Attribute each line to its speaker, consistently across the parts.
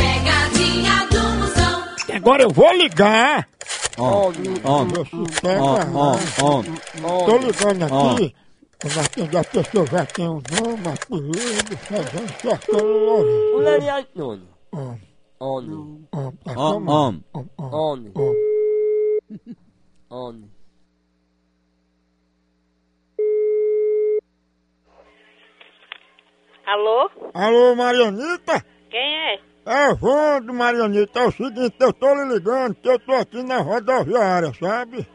Speaker 1: Pegadinha do Moção.
Speaker 2: Agora eu vou ligar.
Speaker 3: On, on,
Speaker 2: Meu sistema.
Speaker 3: on, on,
Speaker 2: Tô ligando aqui. O Martins da pessoa já tem um nome, apelido, fazendo certo.
Speaker 4: O Larry Aitone.
Speaker 2: Ó,
Speaker 4: On,
Speaker 2: ó, tá
Speaker 3: on,
Speaker 2: chamando.
Speaker 3: on.
Speaker 2: Ó, ó,
Speaker 4: on,
Speaker 2: ó.
Speaker 4: on.
Speaker 5: Alô?
Speaker 2: Alô, Marianita?
Speaker 5: Quem é?
Speaker 2: É, Vando, Marianita, é o seguinte, eu tô lhe ligando que eu tô aqui na rodoviária, sabe?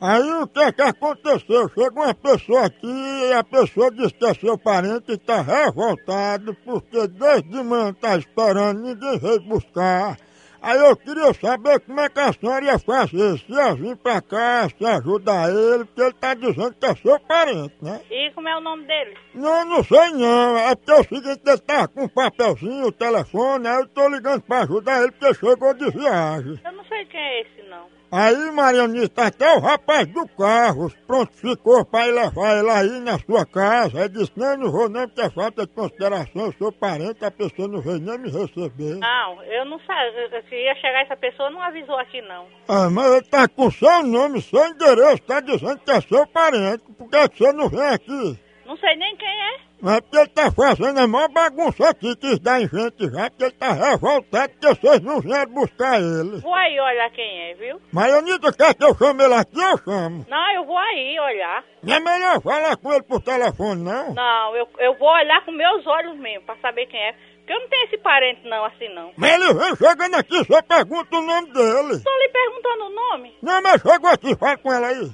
Speaker 2: Aí o que é que aconteceu? Chega uma pessoa aqui e a pessoa diz que é seu parente e tá revoltado porque desde de manhã tá esperando, ninguém veio buscar. Aí eu queria saber como é que a senhora ia fazer, se ia vir pra cá, se ia ajudar ele, porque ele tá dizendo que é seu parente, né?
Speaker 5: E como é o nome dele?
Speaker 2: Não, não sei não. É porque é o seguinte, ele tá com um papelzinho, o telefone, aí eu tô ligando pra ajudar ele porque chegou de viagem.
Speaker 5: Eu não sei quem é esse, não.
Speaker 2: Aí, Marianita, tá até o rapaz do carro pronto ficou pra ir levar ele aí na sua casa. Aí disse, não, não vou não, porque é falta de consideração, eu sou parente, a pessoa não veio nem me receber.
Speaker 5: Não, eu não sei. Se ia chegar essa pessoa, não avisou aqui, não.
Speaker 2: Ah, mas ele tá com seu nome, seu endereço, tá dizendo que é seu parente, por que que você não vem aqui?
Speaker 5: Não sei nem quem é.
Speaker 2: Mas porque ele tá fazendo a maior bagunça aqui, que dá em gente já, porque ele tá revoltado que vocês não vieram buscar ele.
Speaker 5: Vou aí olhar quem é, viu?
Speaker 2: Marianita, quer que eu chame ele aqui? Eu chamo.
Speaker 5: Não, eu vou aí olhar.
Speaker 2: Não é melhor falar com ele por telefone, não?
Speaker 5: Não, eu, eu vou olhar com meus olhos mesmo, pra saber quem é. Porque eu não tenho esse parente, não, assim, não.
Speaker 2: Mas ele vem chegando aqui, só pergunta o nome dele.
Speaker 5: Tô lhe perguntando o nome.
Speaker 2: Não, mas chegou aqui, fala com ela aí.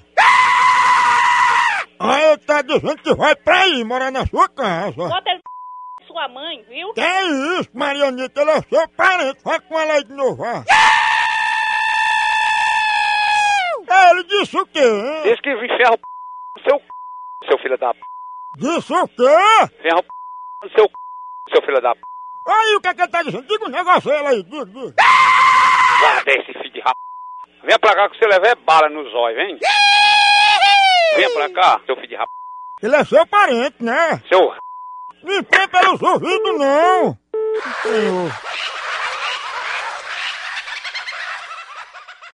Speaker 2: Ah, ele tá dizendo que vai pra aí, morar na sua casa.
Speaker 5: Bota ele p... sua mãe, viu?
Speaker 2: Que isso, Marianita, ele é seu parente, fala com ela aí de novo, vá. Ah, ele disse o quê, hein?
Speaker 6: Diz que enferra o p... no seu c... seu filho da p...
Speaker 2: Disse o quê?
Speaker 6: Enferra o p... no seu c... seu filho da p...
Speaker 2: Aí o que é que ele tá dizendo? Diga um negócio a ele aí, diga, diga.
Speaker 6: Guarda esse filho de rap... Vem pra cá que você leva é bala nos olhos, vem. Vem pra cá, seu filho de rap...
Speaker 2: Ele é seu parente, né?
Speaker 6: Seu...
Speaker 2: Não tem pelos ouvidos, não. Senhor.